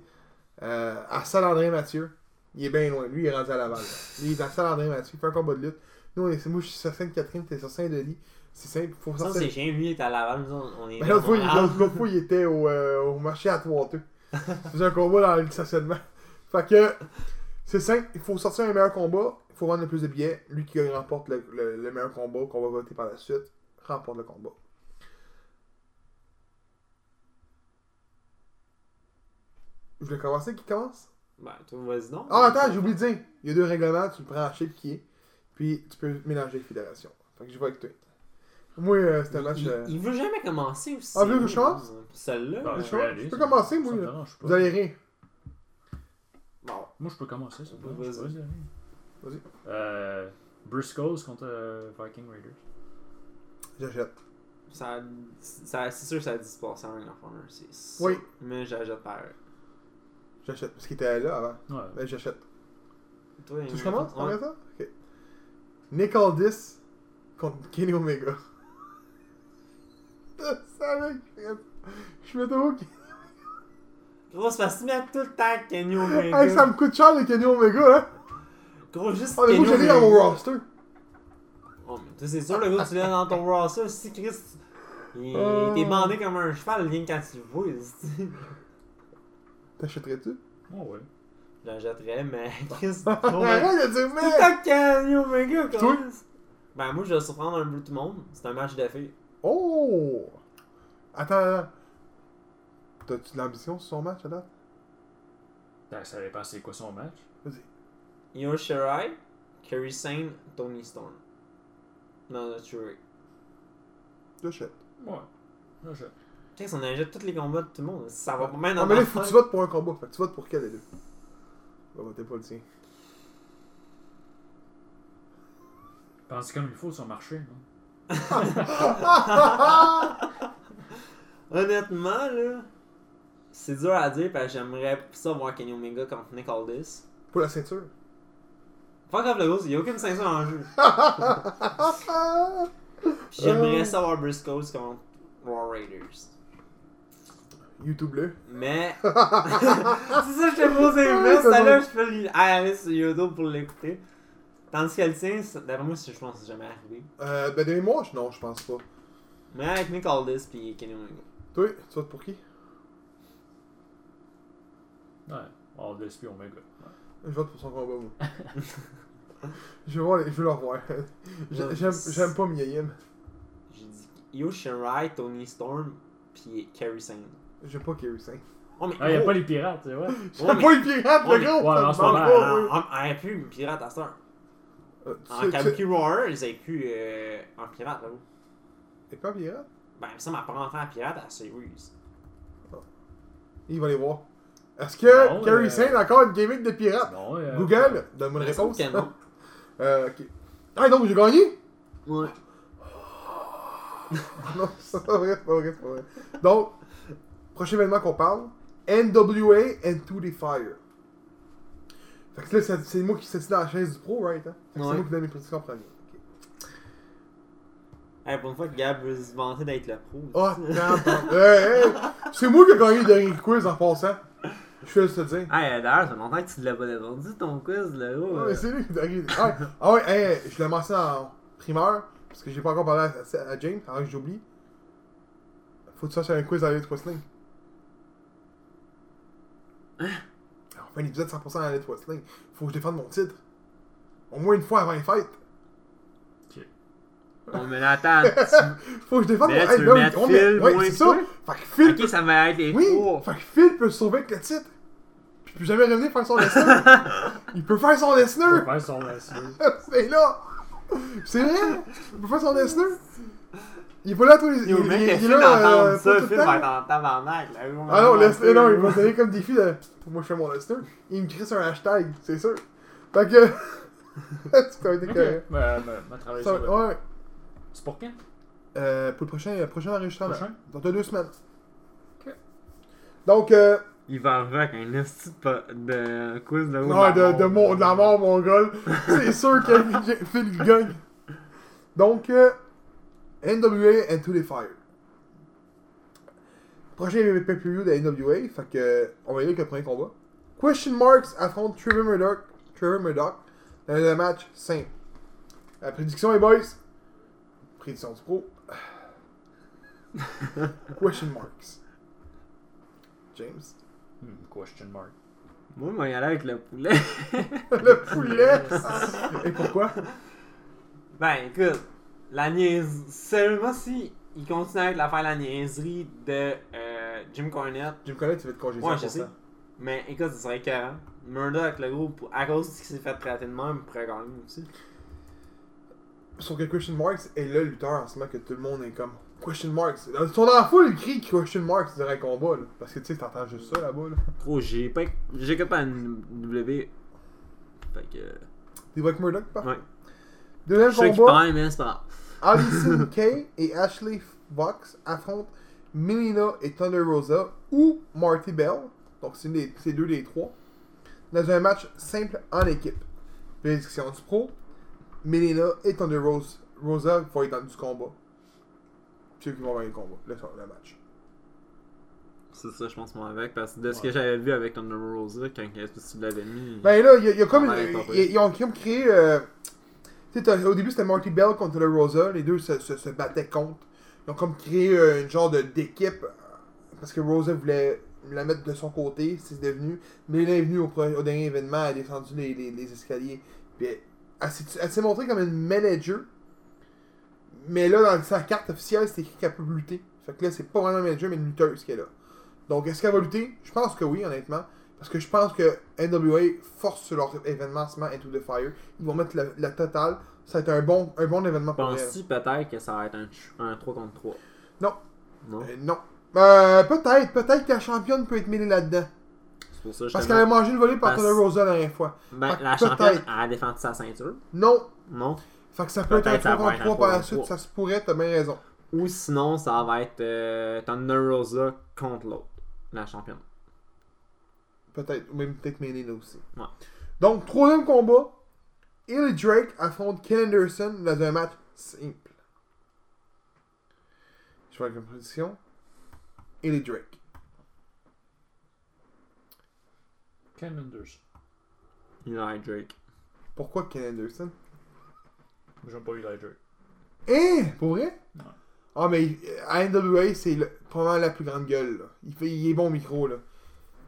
Speaker 1: euh, à Saint-André Mathieu. Il est bien loin. Lui, il est rendu à Laval. là. Lui, il est à Saint-André Mathieu. Il fait un combat de lutte. Nous, on est, moi, je suis sur Sainte-Catherine, t'es sur Saint-Denis. C'est Ben, simple. Faut
Speaker 2: Ça,
Speaker 1: sortir-
Speaker 2: c'est chien, lui, il est à Laval, nous autres, on est.
Speaker 1: mais l'autre fois, il-
Speaker 2: Ah,
Speaker 1: l'autre- l'autre fois, il était au, euh, au marché à Toiteux. Il faisait un combat dans le stationnement. Fait que, c'est simple, il faut sortir un meilleur combat, il faut vendre le plus de billets. Lui qui gagne remporte le, le- le meilleur combat qu'on va voter par la suite, remporte le combat. Je voulais commencer, qui commence
Speaker 2: Ben, toi, vas-y, non.
Speaker 1: Ah, attends, j'ai oublié de dire. Il y a deux règlements, tu le prends en shape qui est, puis tu peux mélanger les fédérations. Fait que je vais avec toi. Moi, euh, c'est un match.
Speaker 2: Il,
Speaker 1: euh,
Speaker 2: il veut jamais commencer aussi.
Speaker 1: Ah, veux que je commence?
Speaker 2: Celle-là.
Speaker 3: ben,
Speaker 1: je
Speaker 3: je
Speaker 1: peux-
Speaker 3: peux aller,
Speaker 1: je peux
Speaker 3: ça-
Speaker 1: commencer,
Speaker 3: ça
Speaker 1: moi,
Speaker 3: me
Speaker 1: là.
Speaker 3: dérange pas.
Speaker 1: Vous allez rire.
Speaker 2: Bon.
Speaker 3: Moi, je peux commencer, ça me dérange
Speaker 2: Vas-y.
Speaker 3: pas, les amis.
Speaker 1: Vas-y.
Speaker 3: Euh, Briscoes contre euh, Viking Raiders.
Speaker 1: J'achète.
Speaker 2: Ça, ça, c'est sûr que ça a 10 à Ring of Honor. c'est sûr.
Speaker 1: Oui.
Speaker 2: Mais j'ajoute par
Speaker 1: J'achète. Parce qu'il était là avant.
Speaker 3: Ouais.
Speaker 1: Mais j'achète.
Speaker 2: Toi,
Speaker 1: Tu
Speaker 2: Nick,
Speaker 1: commences
Speaker 2: Mm. ouais.
Speaker 1: après ça Ok. Nick Aldis contre Kenny Omega. Je savais que je suis trop.
Speaker 2: Gros, c'est parce que tu mets tout le temps Kenny Omega.
Speaker 1: Hey, ça me coûte cher le Kenny Omega, hein!
Speaker 2: Gros, juste
Speaker 1: Ah, mais moi,
Speaker 2: Kenny
Speaker 1: j'allais dans mon
Speaker 2: Omega.
Speaker 1: roster.
Speaker 2: Oh, mais toi, c'est sûr, le gars, tu l'as dans ton roster. Si Chris, il,
Speaker 1: Euh.
Speaker 2: il est bandé comme un cheval, rien que quand tu le vois. c'est-
Speaker 1: T'achèterais-tu?
Speaker 3: Ouais, ouais.
Speaker 2: J'ajouterais, mais Chris, gros, mais-
Speaker 1: Arrête de dire
Speaker 2: tout le
Speaker 1: mais!
Speaker 2: temps Kenny Omega,
Speaker 1: Toi?
Speaker 2: Chris. Ben, moi, je vais surprendre un peu tout le monde. C'est un match de filles.
Speaker 1: Oh! Attends, attends. T'as-tu de l'ambition sur son match, là?
Speaker 3: Ben, ça dépend c'est quoi son match.
Speaker 1: Vas-y.
Speaker 2: Io Shirai, Kerry Sane, Tony Storm. Non, non, tu
Speaker 1: J'achète.
Speaker 3: Ouais. Là, je-
Speaker 2: Qu'est-ce qu'on achète tous les combats de tout le monde? Ça va pas même
Speaker 1: Ah,
Speaker 2: dans
Speaker 1: mais là, il
Speaker 2: ma
Speaker 1: faut que tu
Speaker 2: tête.
Speaker 1: votes pour un combat. Fait que tu votes pour quel des deux? Va voter pas le tien.
Speaker 3: Pense comme il faut sur le marché, non?
Speaker 2: Honnêtement, là, c'est dur à dire parce que j'aimerais ça voir Kenny Omega contre Nick Aldis.
Speaker 1: Pour la ceinture.
Speaker 2: Fuck off le gars, il y a aucune ceinture en jeu.
Speaker 1: Ah!
Speaker 2: Puis J'aimerais
Speaker 1: Euh.
Speaker 2: ça voir Briscoes contre Raw Raiders.
Speaker 1: YouTube bleu.
Speaker 2: Mais. c'est ça que je t'ai posé,
Speaker 1: Ouais,
Speaker 2: mais
Speaker 1: c'est
Speaker 2: celle-là,
Speaker 1: bon.
Speaker 2: je peux lui- aller sur YouTube pour l'écouter. Tandis qu'elle tient, d'après moi, je pense que c'est jamais arrivé.
Speaker 1: Euh, ben, de mémoire, je- non, je pense pas.
Speaker 2: Mais avec Nick Aldis puis Kenny Omega.
Speaker 1: Toi, tu votes pour qui
Speaker 3: Ouais. All this puis Omega. Ouais.
Speaker 1: Je vote pour son combat, moi. je, veux voir les- je veux le revoir. J'ai-
Speaker 2: Ouais.
Speaker 1: J'aime j'aime pas Miyaim.
Speaker 2: J'ai dit Io Shirai, Tony Storm, puis Kerry Sane.
Speaker 1: J'aime pas Kerry Saint.
Speaker 2: Oh, mais.
Speaker 3: Ah, il n'y a
Speaker 2: gros,
Speaker 3: pas les pirates, tu vois.
Speaker 1: J'aime
Speaker 2: Ouais, mais-
Speaker 1: pas les pirates,
Speaker 2: Ouais,
Speaker 1: le
Speaker 2: mais-
Speaker 1: gars!
Speaker 3: ouais,
Speaker 1: ça
Speaker 3: en
Speaker 1: me
Speaker 3: ce
Speaker 1: parle
Speaker 3: moment,
Speaker 1: pas,
Speaker 2: Ah,
Speaker 1: oui.
Speaker 2: en- en- Elle a plus une pirate à ça.
Speaker 1: Euh,
Speaker 2: En
Speaker 1: tu sais- tu
Speaker 2: Kabuki Roar, ils avaient plus euh, en pirate là-haut.
Speaker 1: T'es pas pirate
Speaker 2: Ben, ça m'a pas rentré en pirate à la series.
Speaker 1: Il va les voir. Est-ce que
Speaker 2: Ben,
Speaker 3: Non,
Speaker 1: Kerry
Speaker 3: euh,
Speaker 1: Saint a encore une gimmick de pirate
Speaker 3: Non, euh,
Speaker 1: Ah! Google, donne-moi une
Speaker 2: Mais ben, ça me
Speaker 1: réponse.
Speaker 2: semble que non.
Speaker 1: Euh, ok. Ah, donc j'ai gagné
Speaker 2: Ouais.
Speaker 1: Non, c'est pas vrai, c'est pas vrai, c'est pas vrai. Donc, prochain événement qu'on parle, NWA and To The Fire. Fait que là, c'est c'est moi qui s'assieds dans la chaise du pro, right? hein? Fait que
Speaker 2: Ouais.
Speaker 1: C'est moi qui donne mes prédictions en premier. Ok.
Speaker 2: Hey, pour une fois que Gab veut se vanter d'être le pro.
Speaker 1: Oh, tabarnak. Hey, hey. C'est moi qui ai gagné le dernier quiz en passant. Je suis juste te dire.
Speaker 2: Hey, euh, d'ailleurs, ça fait longtemps que tu ne l'as pas défendu ton quiz, là. oh, euh, gros.
Speaker 1: Ah, mais c'est lui qui est arrivé. Ah, ah ouais, hey, je l'ai mentionné en primeur, parce que j'ai pas encore parlé à, à- à James, avant que j'oublie. Faut que tu fasses un quiz à Elliot Westling.
Speaker 2: Hein?
Speaker 1: On fait un épisode 100% à Elliot Westling. Faut que je défende mon titre. Au moins une fois avant les fêtes.
Speaker 2: Bon, mais là, attends. tu-
Speaker 1: Faut que je défende
Speaker 2: Mais là,
Speaker 1: mon hey,
Speaker 2: tu
Speaker 1: ben
Speaker 2: veux
Speaker 1: oui,
Speaker 2: mettre
Speaker 1: on
Speaker 2: Phil,
Speaker 1: met- ouais,
Speaker 2: moi,
Speaker 1: c'est
Speaker 2: et
Speaker 1: ça.
Speaker 2: toi?
Speaker 1: Fait que Phil peut-
Speaker 2: ok, ça va être les
Speaker 1: Oui,
Speaker 2: trois.
Speaker 1: fait que Phil peut se sauver avec le titre. Puis il peut jamais revenir faire son Lesnar. il peut faire son Lesnar.
Speaker 3: Faut faire son lanceur.
Speaker 1: C'est là! C'est vrai! Il peut faire son destin! Il est pas là tous les.
Speaker 2: Yo,
Speaker 1: il-
Speaker 2: mec,
Speaker 1: il-
Speaker 2: le
Speaker 1: il est
Speaker 2: film
Speaker 1: là, euh,
Speaker 2: d'entendre
Speaker 1: pas
Speaker 2: ça,
Speaker 1: tout
Speaker 2: le
Speaker 1: le
Speaker 2: film
Speaker 1: temps.
Speaker 2: va être en tabarnak, là. oh, gros,
Speaker 1: Ah non,
Speaker 2: vraiment,
Speaker 1: Lesnar, non, il
Speaker 2: gros.
Speaker 1: va se donner comme défi de. Moi je fais mon Lesnar. Il me crie sur un hashtag, c'est sûr. Fait que. tu t'as été
Speaker 3: Ok,
Speaker 1: correct.
Speaker 3: ben, ben, ben, travailler
Speaker 1: Ça
Speaker 3: sur le-
Speaker 1: va- Ouais.
Speaker 3: C'est pour quand
Speaker 1: Euh, pour le prochain, le prochain enregistrement.
Speaker 3: Prochain?
Speaker 1: Dans deux semaines.
Speaker 3: Ok.
Speaker 1: Donc, euh,
Speaker 2: Il va arriver avec un esti de pa- de quiz de haut
Speaker 1: non,
Speaker 2: la
Speaker 1: de, de,
Speaker 2: mort.
Speaker 1: mon- de la mort mongole, c'est sûr que Phil gagne. Donc, euh, NWA and To The Fire. Prochain pay-per-view de NWA, fait que, on va y aller avec le premier combat. Question Marks affronte Trevor Murdoch, Trevor Murdoch dans le match simple. La prédiction, les boys. Prédiction du pro. Question Marks. James.
Speaker 3: Hmm, Question mark.
Speaker 2: Moi, je vais y aller avec le poulet.
Speaker 1: Le poulet. Et pourquoi?
Speaker 2: ben, écoute, la niaiserie. Sérieusement, si il continue avec l'affaire de la niaiserie de euh, Jim Cornette,
Speaker 1: Jim Collette, tu vas te congédier.
Speaker 2: Ouais,
Speaker 1: 100%.
Speaker 2: je sais. mais écoute, ce serait écœurant. Murdoch, le groupe, à cause de ce qu'il s'est fait traiter de même, il pourrait gagner aussi.
Speaker 1: Sauf que Christian Marks est le lutteur en ce moment que tout le monde est comme Christian Marks. Là, Ils sont dans la foule, ils crient Christian Marks durant le combat. là. Parce que tu sais, t'entends juste ça là-bas. Là.
Speaker 2: Gros, j'ai pas. J'ai que pas une W. Fait que.
Speaker 1: T'es avec Murdoch, pas?
Speaker 2: Ouais.
Speaker 1: Deuxième
Speaker 2: Je sais qu'il
Speaker 1: Ah, combat,
Speaker 2: parle, mais c'est pas
Speaker 1: Alison Kay et Ashley Fox affrontent Melina et Thunder Rosa ou Marty Bell. Donc c'est une des- c'est deux des trois. Dans un match simple en équipe. Prédiction du pro. Melina et Thunder Rose- Rosa vont être dans du combat. C'est eux qui vont gagner le combat, le, le match.
Speaker 2: C'est ça, je pense, moi, avec. Parce que de ce que j'avais vu avec Thunder Rosa, quand tu l'avais mis.
Speaker 1: Ben là, il y a- il y, a comme
Speaker 2: Ah,
Speaker 1: une-
Speaker 2: ben, pas
Speaker 1: ils, ils ont, ils ont créé. euh, tu sais, t'as- au début, c'était Marty Bell contre le Rosa. Les deux se, se- se battaient contre. Ils ont comme créé euh, une genre de- d'équipe. euh, Parce que Rosa voulait la mettre de son côté. C'est devenu. Mais elle est venue au, pro- au dernier événement. Elle a descendu les, les- les escaliers. Puis elle, elle s'est- elle s'est montrée comme une manager. Mais là, dans sa carte officielle, c'est écrit qu'elle peut lutter. Fait que là, c'est pas vraiment un manager, mais une lutteuse qu'elle a. Donc, est-ce qu'elle va lutter Je pense que oui, honnêtement. Parce que je pense que NWA force sur leur événement en ce moment Into the Fire. Ils vont mettre la, la totale. Ça va être un bon, un bon événement pour elle.
Speaker 2: Penses-tu peut-être que ça va être un, ch- un 3 contre 3
Speaker 1: Non.
Speaker 2: Non,
Speaker 1: Euh, non. Euh, peut-être, peut-être que la championne peut être mêlée là-dedans.
Speaker 2: c'est pour ça que je
Speaker 1: Parce
Speaker 2: te
Speaker 1: qu'elle a mangé une volée par
Speaker 2: Parce-
Speaker 1: Thunder Rosa la dernière fois.
Speaker 2: Ben,
Speaker 1: Fait
Speaker 2: la
Speaker 1: que
Speaker 2: championne,
Speaker 1: peut-être.
Speaker 2: elle a défendu sa ceinture.
Speaker 1: Non.
Speaker 2: Non.
Speaker 1: Fait que ça peut être un
Speaker 2: Peut-être ça
Speaker 1: 3
Speaker 2: va
Speaker 1: contre
Speaker 2: être un
Speaker 1: 3 par la
Speaker 2: trois
Speaker 1: suite,
Speaker 2: contre
Speaker 1: ça se pourrait, t'as bien raison.
Speaker 2: Ou sinon, ça va être euh, Thunder Rosa contre l'autre, la championne.
Speaker 1: Peut-être, ou même peut-être Melina aussi.
Speaker 2: Ouais.
Speaker 1: Donc, troisième combat. Il Drake affronte Ken Anderson dans un match simple. Je vois comme position. Il Drake.
Speaker 3: Ken Anders.
Speaker 2: Il a Drake.
Speaker 1: Pourquoi Ken Anderson
Speaker 3: J'aime pas Eli Drake.
Speaker 1: Hein Pour vrai
Speaker 3: Ouais.
Speaker 1: Ah, mais euh, à NWA, c'est le- probablement la plus grande gueule. là. Il, fait, il est bon au micro, là.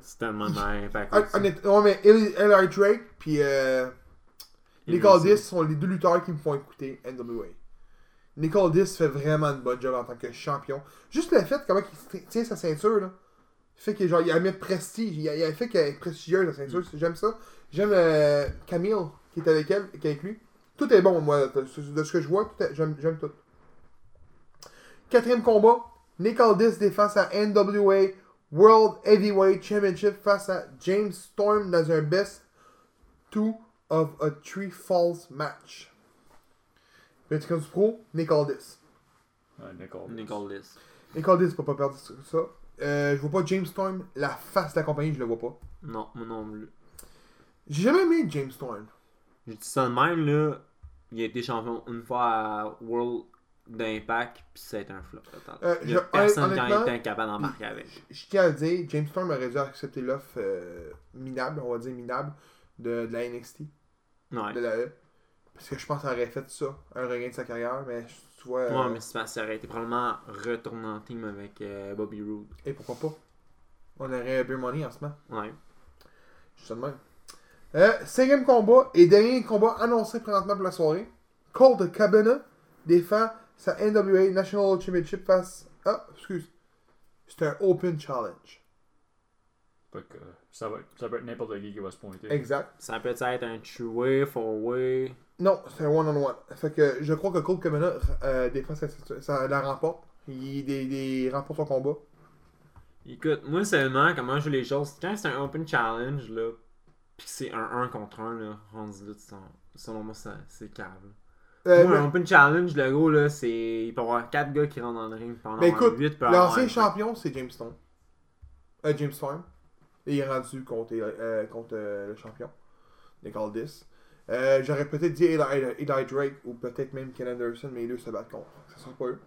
Speaker 2: C'est tellement mal impact.
Speaker 1: Hon- Honnêtement, mais L.R. Drake, puis euh, Nicole Diss sont les deux lutteurs qui me font écouter NWA. Nicole Diss fait vraiment une bonne job en tant que champion. Juste le fait, comment il tient sa ceinture, là, fait qu'il genre, il la met prestige. Il, il fait qu'elle est prestigieuse, la ceinture. J'aime ça. J'aime euh, Camille, qui est avec elle, qui est avec lui. Tout est bon, moi, de, de ce que je vois, tout est- j'aime j'aime tout. Quatrième combat, Nick Aldis défend sa NWA World Heavyweight Championship face à James Storm dans un best two of a three falls match. Petit du pro, Nick Aldis.
Speaker 3: Ouais, Euh, Nicole.
Speaker 2: Nicole Diss.
Speaker 1: Nick Aldis peut pas perdre sur ça. Euh, je vois pas James Storm, la face de la compagnie, je le vois pas.
Speaker 2: Non, moi non plus.
Speaker 1: J'ai jamais aimé James Storm.
Speaker 2: Je dis ça de même, là. Il a été champion une fois à World d'Impact, puis ça a été un flop. total.
Speaker 1: Euh,
Speaker 2: Il y a
Speaker 1: je-
Speaker 2: personne qui
Speaker 1: honnêtement-
Speaker 2: a été incapable d'embarquer avec.
Speaker 1: Je- Je tiens à le dire, James Storm aurait dû accepter l'offre euh, minable, on va dire minable, de, de la NXT,
Speaker 2: Ouais.
Speaker 1: de la E. Parce que je pense qu'elle aurait fait ça, un regain de sa carrière, mais tu vois. euh,
Speaker 2: Ouais, mais c'est parce que ça aurait été probablement retourné en team avec euh, Bobby Roode.
Speaker 1: Et pourquoi pas On aurait Beer Money en ce moment,
Speaker 2: Ouais.
Speaker 1: je suis de même. Euh, cinquième combat et dernier combat annoncé présentement pour la soirée. Cole de Cabana défend sa NWA National Championship face. Ah, excuse. C'est un Open Challenge.
Speaker 3: Fait que, euh, ça, va être, ça peut être n'importe qui qui va se pointer.
Speaker 1: Exact.
Speaker 2: Ça peut être un two-way, four-way.
Speaker 1: Non, c'est un one-on-one. Fait que je crois que Cole Cabana, euh, des fois, ça, ça- ça la remporte. Il des, des- remporte son combat.
Speaker 2: Écoute, moi seulement, comment je joue les choses, quand c'est un open challenge, là, pis que c'est un 1 contre 1, là, rendu là, tu t'en- selon moi, ça- c'est cave. là.
Speaker 1: Euh,
Speaker 2: moi,
Speaker 1: mais-
Speaker 2: un open challenge, le gros, là, c'est. Il peut y avoir 4 gars qui rentrent dans le ring pendant
Speaker 1: Ben, écoute,
Speaker 2: 8 par
Speaker 1: L'ancien champion, c'est James Storm. Euh, James Storm. Et il est rendu contre, euh, contre euh, le champion de Goldis. Euh, J'aurais peut-être dit Eli, Eli Drake ou peut-être même Ken Anderson, mais les deux se battent contre. Ça sera pas eux.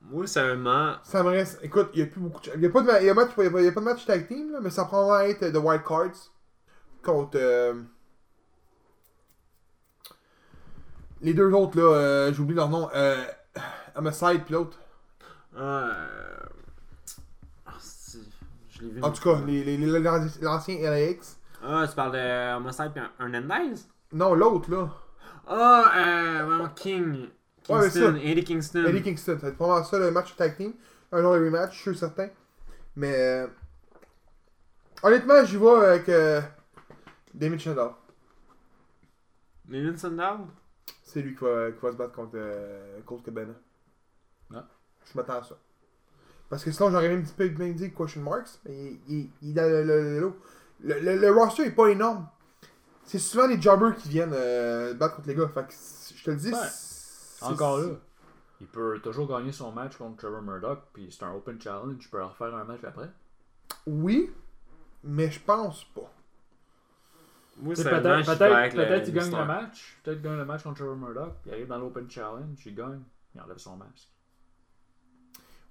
Speaker 2: Moi seulement,
Speaker 1: Ça me reste. Écoute, il n'y a plus beaucoup de. Il n'y a, pas de ma- il y a match- il y a pas- il y a pas de match tag team, là, mais ça probablement être euh, The Wild Cards contre. euh, les deux autres, là, euh, j'oublie leur nom. Euh, Homicide puis l'autre.
Speaker 2: euh. ah, c'est- je l'ai vu.
Speaker 1: En tout cas, les- les- les- l'ancien LAX.
Speaker 2: Ah, tu parles de Homicide pis un- Hernandez
Speaker 1: Non, l'autre, là.
Speaker 2: Ah, euh. vraiment, King.
Speaker 1: Ouais, mais ça-
Speaker 2: Kingston, Eddie Kingston.
Speaker 1: Eddie Kingston. Ça va être probablement ça le match tag team. Un jour le rematch, je suis certain. Mais. euh, Honnêtement, j'y vois avec. Euh... Damien Chandler.
Speaker 2: Lillian Sandow.
Speaker 1: C'est lui qui va, qui va se battre contre euh, Colt Cabana.
Speaker 3: Ouais.
Speaker 1: Je m'attends à ça. Parce que sinon, j'aurais même un petit peu bien dit question marks. Mais il, il, il est dans le, le- le lot. Le, le- le roster est pas énorme. C'est souvent les jobbers qui viennent euh, battre contre les gars. Fait que c- je te le dis.
Speaker 3: Ouais.
Speaker 1: c'est-
Speaker 3: Encore là, Ah, il peut toujours gagner son match contre Trevor Murdoch, puis c'est un open challenge, il peut en refaire un match après.
Speaker 1: Oui, mais je pense pas.
Speaker 2: Moi,
Speaker 3: Tu sais,
Speaker 2: seulement,
Speaker 3: Peut-être
Speaker 2: je vais
Speaker 3: peut-être-
Speaker 2: avec le-
Speaker 3: peut-être il gagne
Speaker 2: l'histoire.
Speaker 3: le match, peut-être il gagne le match contre Trevor Murdoch, il arrive dans l'open challenge, il gagne, il enlève son masque.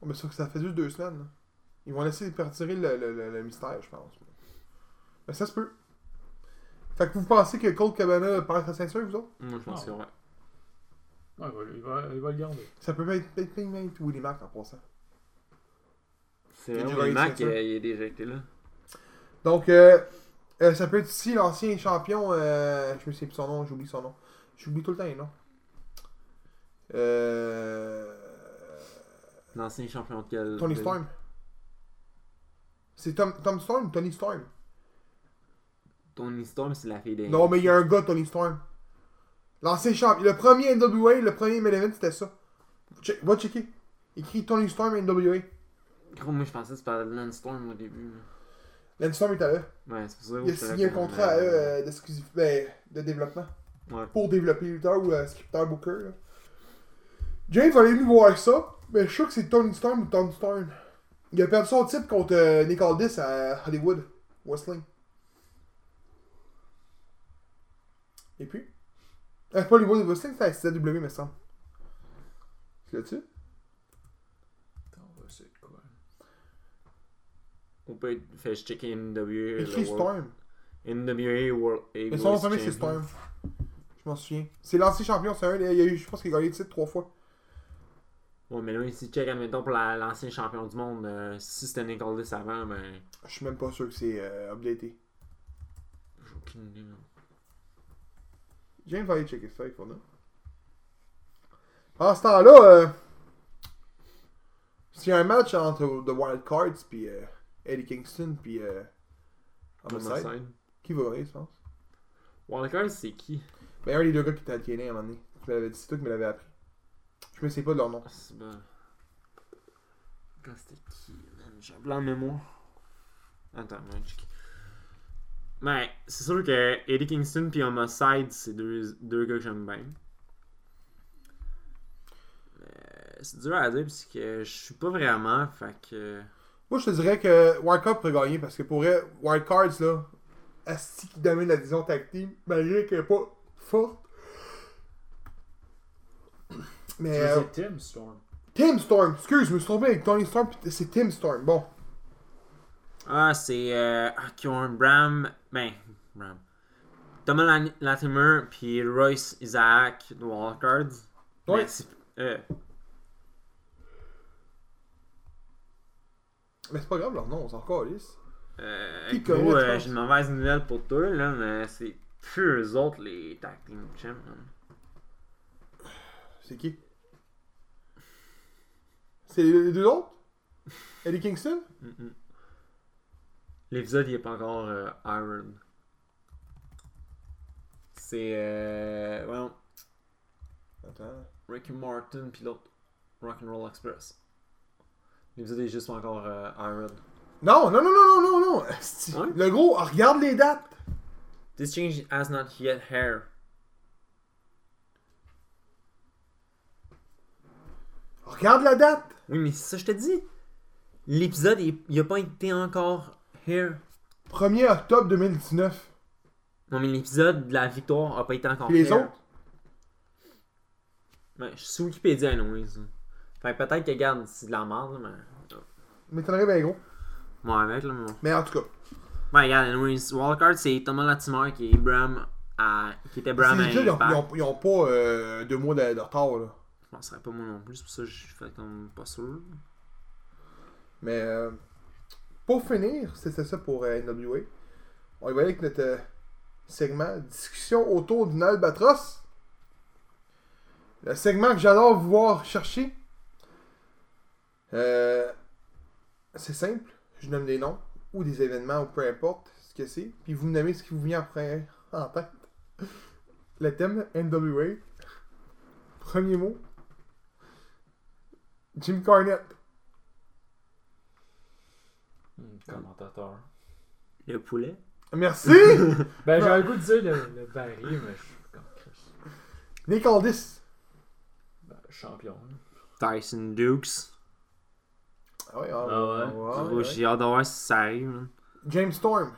Speaker 1: Oh, mais ça, ça fait juste deux semaines. là. Ils vont laisser perdurer le, le- le- le mystère, je pense. Mais ça se peut. Fait que vous pensez que Cold Cabana perd sa ceinture, vous autres
Speaker 2: Moi, je pense
Speaker 3: Ah.
Speaker 2: que ouais.
Speaker 3: Ouais, il va, il va- il va le garder.
Speaker 1: Ça peut être peut-être Ping Ping ou les marques en passant.
Speaker 2: C'est
Speaker 1: Andrew
Speaker 2: vrai,
Speaker 1: Gates,
Speaker 2: Mac,
Speaker 1: c'est sûr.
Speaker 2: il il est déjà été là.
Speaker 1: Donc, euh, euh, ça peut être ici l'ancien champion. euh, je me souviens plus son nom, j'oublie son nom. J'oublie tout le temps les noms. Euh,
Speaker 2: L'ancien champion de quel
Speaker 1: Tony Storm. C'est Tom, Tom Storm ou Tony Storm
Speaker 2: Tony Storm, c'est la fille des.
Speaker 1: Non, mais il y a un gars, Tony Storm. L'ancien champion. Le premier NWA, le premier main event, c'était ça. Che- va checker. Écrit Tony Storm NWA.
Speaker 2: Gros, moi, je pensais que tu parlais de Lance Storm au début. là.
Speaker 1: Lance Storm est à eux.
Speaker 2: Ouais, c'est pour ça.
Speaker 1: Il a
Speaker 2: je te
Speaker 1: signé un
Speaker 2: recommande,
Speaker 1: contrat à eux
Speaker 2: euh,
Speaker 1: euh, d'exclusif- ben, de développement.
Speaker 2: Ouais.
Speaker 1: Pour développer lutteur ou euh, scripteur booker. là. James va aller nous voir ça, mais je suis sûr que c'est Tony Storm ou Tony Storm. Il a perdu son titre contre euh, Nick Aldis à Hollywood, Wrestling. Et puis Ah, C'est pas Hollywood Wrestling, c'est à CW, me semble. C'est là-dessus
Speaker 3: Attends, on va essayer de quoi.
Speaker 2: On peut être. Fait, je check NWA. le
Speaker 1: Écrit
Speaker 2: World-
Speaker 1: Storm.
Speaker 2: NWA World.
Speaker 1: Mais son nom de famille, c'est Storm. Je m'en souviens. C'est l'ancien champion, c'est un. des- il y a eu- je pense qu'il a gagné le titre trois fois.
Speaker 2: Bon, mais là, ici, check, admettons, pour la- l'ancien champion du monde. euh, si c'était Nicolas avant, ben.
Speaker 1: Je suis même pas sûr que c'est euh, updaté.
Speaker 2: J'ai aucune idée.
Speaker 1: Ah,
Speaker 2: là.
Speaker 1: James va aller checker ça avec Fournin. En ce temps-là, euh, s'il y a un match entre The Wild Cards puis euh, Eddie Kingston puis euh, Homicide,
Speaker 2: Homicide.
Speaker 1: qui va gagner, je pense
Speaker 2: Walker, c'est qui
Speaker 1: Ben, un des deux gars qui était à TNA à un moment donné. Tu me l'avais dit, c'est toi qui me l'avais appris. Je me sais pas de leur nom.
Speaker 2: Ah, C'est bon. Quand c'était qui, man? J'ai un blanc de mémoire. Attends, on va checker. Mais c'est sûr que Eddie Kingston puis Homicide, c'est deux, deux gars que j'aime bien. Euh, Mais c'est dur à dire parce que je suis pas vraiment, fait que...
Speaker 1: Moi, je te dirais que Wildcard pourrait gagner parce que pour vrai, Wildcards, là, Asti qui domine la division tag team, malgré qu'elle n'est pas forte. Mais.
Speaker 3: Tu
Speaker 1: euh,
Speaker 3: disais Tim Storm.
Speaker 1: Tim Storm, excuse, je me suis trompé avec Tony Storm, puis c'est Tim Storm. Bon,
Speaker 2: Ah, c'est. Euh, ah, qui ont un Bram. Ben, Bram. Thomas Lan- Latimer, puis Royce Isaac de Wildcards.
Speaker 1: Ouais.
Speaker 2: Mais c'est- euh,
Speaker 1: mais c'est pas grave, leur nom, on s'en calisse.
Speaker 2: euh,
Speaker 1: Qui
Speaker 2: gros,
Speaker 1: connaît, tu
Speaker 2: euh,
Speaker 1: penses?
Speaker 2: j'ai une mauvaise nouvelle pour toi, là, mais c'est plus eux autres, les Tag Team Champions.
Speaker 1: C'est qui C'est les deux autres Eddie Kingston
Speaker 2: Mm-mm. L'épisode, il est pas encore euh, Iron. C'est. Euh, well,
Speaker 1: Attends.
Speaker 2: Ricky Martin, puis l'autre. Rock'n'Roll Express. L'épisode est juste pas encore euh, Iron.
Speaker 1: Non, non, non, non, non, non, non. Asti.
Speaker 2: Ouais?
Speaker 1: Le gros, regarde les dates.
Speaker 2: This change has not yet hair.
Speaker 1: Regarde la date.
Speaker 2: Oui, mais c'est ça, que je te dis. L'épisode, il il a pas été encore hair.
Speaker 1: 1er octobre 2019.
Speaker 2: Non, mais l'épisode de la victoire a pas été encore
Speaker 1: Puis les
Speaker 2: hair.
Speaker 1: autres
Speaker 2: Ben, je suis sur Wikipédia, anyways. Fait que peut-être que, regarde, c'est de la merde, là, mais.
Speaker 1: M'étonnerais bien gros.
Speaker 2: Moi, avec, là, mais.
Speaker 1: Mais en tout cas,
Speaker 2: Ouais, regarde, anyways, Wildcard, c'est Thomas Latimer qui est Bram à... qui était Bram à
Speaker 1: ces gars, ils ont-
Speaker 2: Impact.
Speaker 1: ils ont- ils ont pas euh, deux mois de, de retard, là.
Speaker 2: Je penserais pas moi non plus, c'est pour ça que je fais comme pas sûr.
Speaker 1: Mais euh, pour finir, c'était ça pour euh, NWA. On y va avec notre euh, segment discussion autour d'une albatros. Le segment que j'adore voir chercher. Euh, c'est simple, je nomme des noms ou des événements ou peu importe ce que c'est, puis vous me nommez ce qui vous vient après en tête. Le thème NWA. Premier mot. Jim Cornette.
Speaker 3: hmm, Commentateur.
Speaker 2: Le poulet.
Speaker 1: Merci!
Speaker 3: Ben, j'aurais le goût de dire le, le Barry, mais je suis comme Chris.
Speaker 1: Nick Aldis.
Speaker 3: Ben, champion. là.
Speaker 2: Tyson Dukes.
Speaker 1: Ah ouais,
Speaker 3: Ah ouais.
Speaker 2: Gros, J'ai hâte de voir si ça arrive. man.
Speaker 1: James Storm.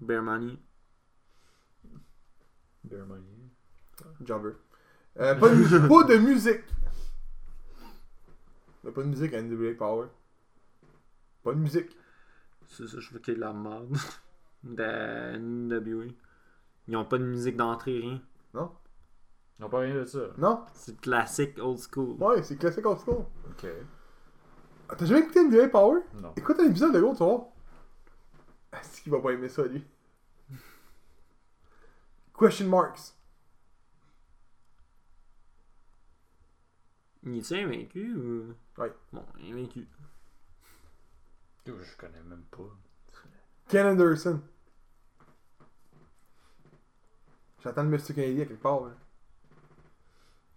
Speaker 2: Bear Money.
Speaker 3: Beer Money.
Speaker 1: Jobber. Euh, pas, de musique, pas de musique. Mais pas de musique à NWA Power. Pas de musique.
Speaker 2: C'est ça, je veux qu'il y ait de la merde. de NWA. Ils ont pas de musique d'entrée, rien.
Speaker 3: Ils n'ont pas rien de ça.
Speaker 1: Non?
Speaker 2: C'est classique, old school.
Speaker 1: Ouais, c'est classique old school.
Speaker 3: Ok.
Speaker 1: Ah, T'as jamais écouté NWA Power?
Speaker 3: Non.
Speaker 1: Écoute un épisode de gros, tu vois. Est-ce qu'il va pas aimer ça, lui? Question marks.
Speaker 2: Il est-tu invaincu ou.
Speaker 1: Ouais.
Speaker 2: Bon, invaincu.
Speaker 3: Dude, je connais même pas.
Speaker 1: Ken Anderson. J'attends le Mr. Kennedy à quelque part. là.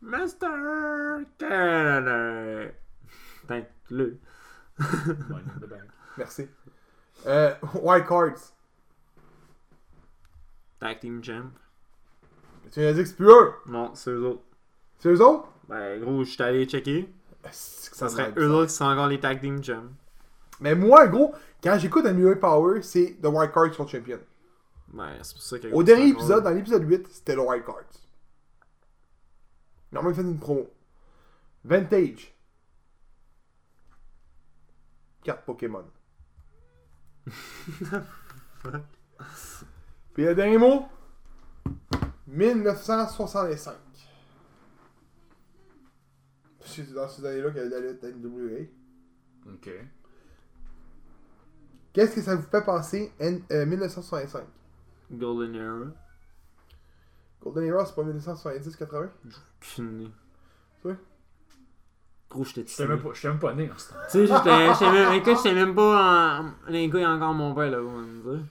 Speaker 2: Mr. Canada. Putain, le.
Speaker 3: Money in the Bank.
Speaker 1: Merci. Euh, White Cards.
Speaker 2: Tag Team Champ.
Speaker 1: Tu viens de dire que c'est plus eux.
Speaker 2: Non, c'est eux autres.
Speaker 1: C'est eux autres?
Speaker 2: Ben, gros, je suis allé checker.
Speaker 1: Est-ce que
Speaker 2: Ça serait
Speaker 1: me
Speaker 2: eux
Speaker 1: donne
Speaker 2: autres qui sont encore les Tag Team Champ.
Speaker 1: ça. Mais moi, gros, quand j'écoute NWA Power, c'est The White Cards sont champion.
Speaker 2: Ben, c'est pour ça que.
Speaker 1: Au dernier épisode, dans l'épisode 8, c'était The White Cards. Ils ont même fait une promo. Vantage. Carte Pokémon. Puis le dernier mot. 1965. C'est dans ces années-là qu'il y a eu la lutte NWA.
Speaker 3: Ok.
Speaker 1: Qu'est-ce que ça vous fait penser N- euh, 1965
Speaker 2: Golden Era.
Speaker 1: Golden Era, c'est pas 1970-80
Speaker 2: Aucune idée.
Speaker 1: Ouais.
Speaker 2: Gros, j'étais
Speaker 3: J'étais même, pas- j'étais même pas né en ce temps.
Speaker 2: Tu sais, j'étais. j'étais même- Écoute, j'étais même pas. En... Les gars, il y a encore mon père, là, on va me dire.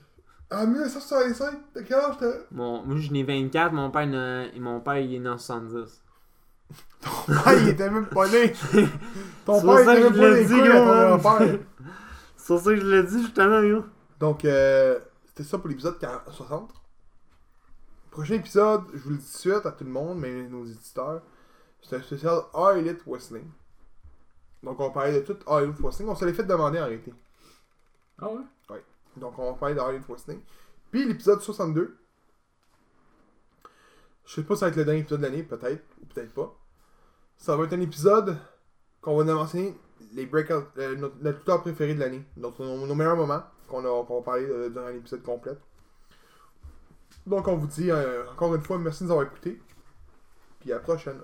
Speaker 1: Ah, 1965 T'as quel âge t'as
Speaker 2: Mon... Moi, j'en ai 24, mon père, il en a- mon père, il est né en 70.
Speaker 1: Ton père, il était même pas né Ton
Speaker 2: C'est pour
Speaker 1: père, il
Speaker 2: ça
Speaker 1: était même
Speaker 2: que je
Speaker 1: pas
Speaker 2: l'ai
Speaker 1: né
Speaker 2: dit,
Speaker 1: couilles à ton
Speaker 2: gros.
Speaker 1: père
Speaker 2: C'est pour ça que je l'ai dit, justement, yo.
Speaker 1: Donc, euh, c'était ça pour l'épisode 40 60. Prochain épisode, je vous le dis tout de suite à tout le monde, même nos éditeurs, c'est un spécial All Elite Wrestling. Donc, on parlait de tout Hollywood Wrestling. On se l'est fait demander en réalité.
Speaker 3: Ah ouais?
Speaker 1: Donc, on va parler de Hollywood Wrestling. Puis, l'épisode 62. Je sais pas si ça va être le dernier épisode de l'année, peut-être, ou peut-être pas. Ça va être un épisode qu'on va nous mentionner les breakouts, euh, notre, notre lutteur préféré de l'année. Donc, nos, nos meilleurs moments qu'on a- qu'on va parler euh, durant l'épisode complet. Donc, on vous dit euh, encore une fois, merci de nous avoir écoutés. Puis, à la prochaine.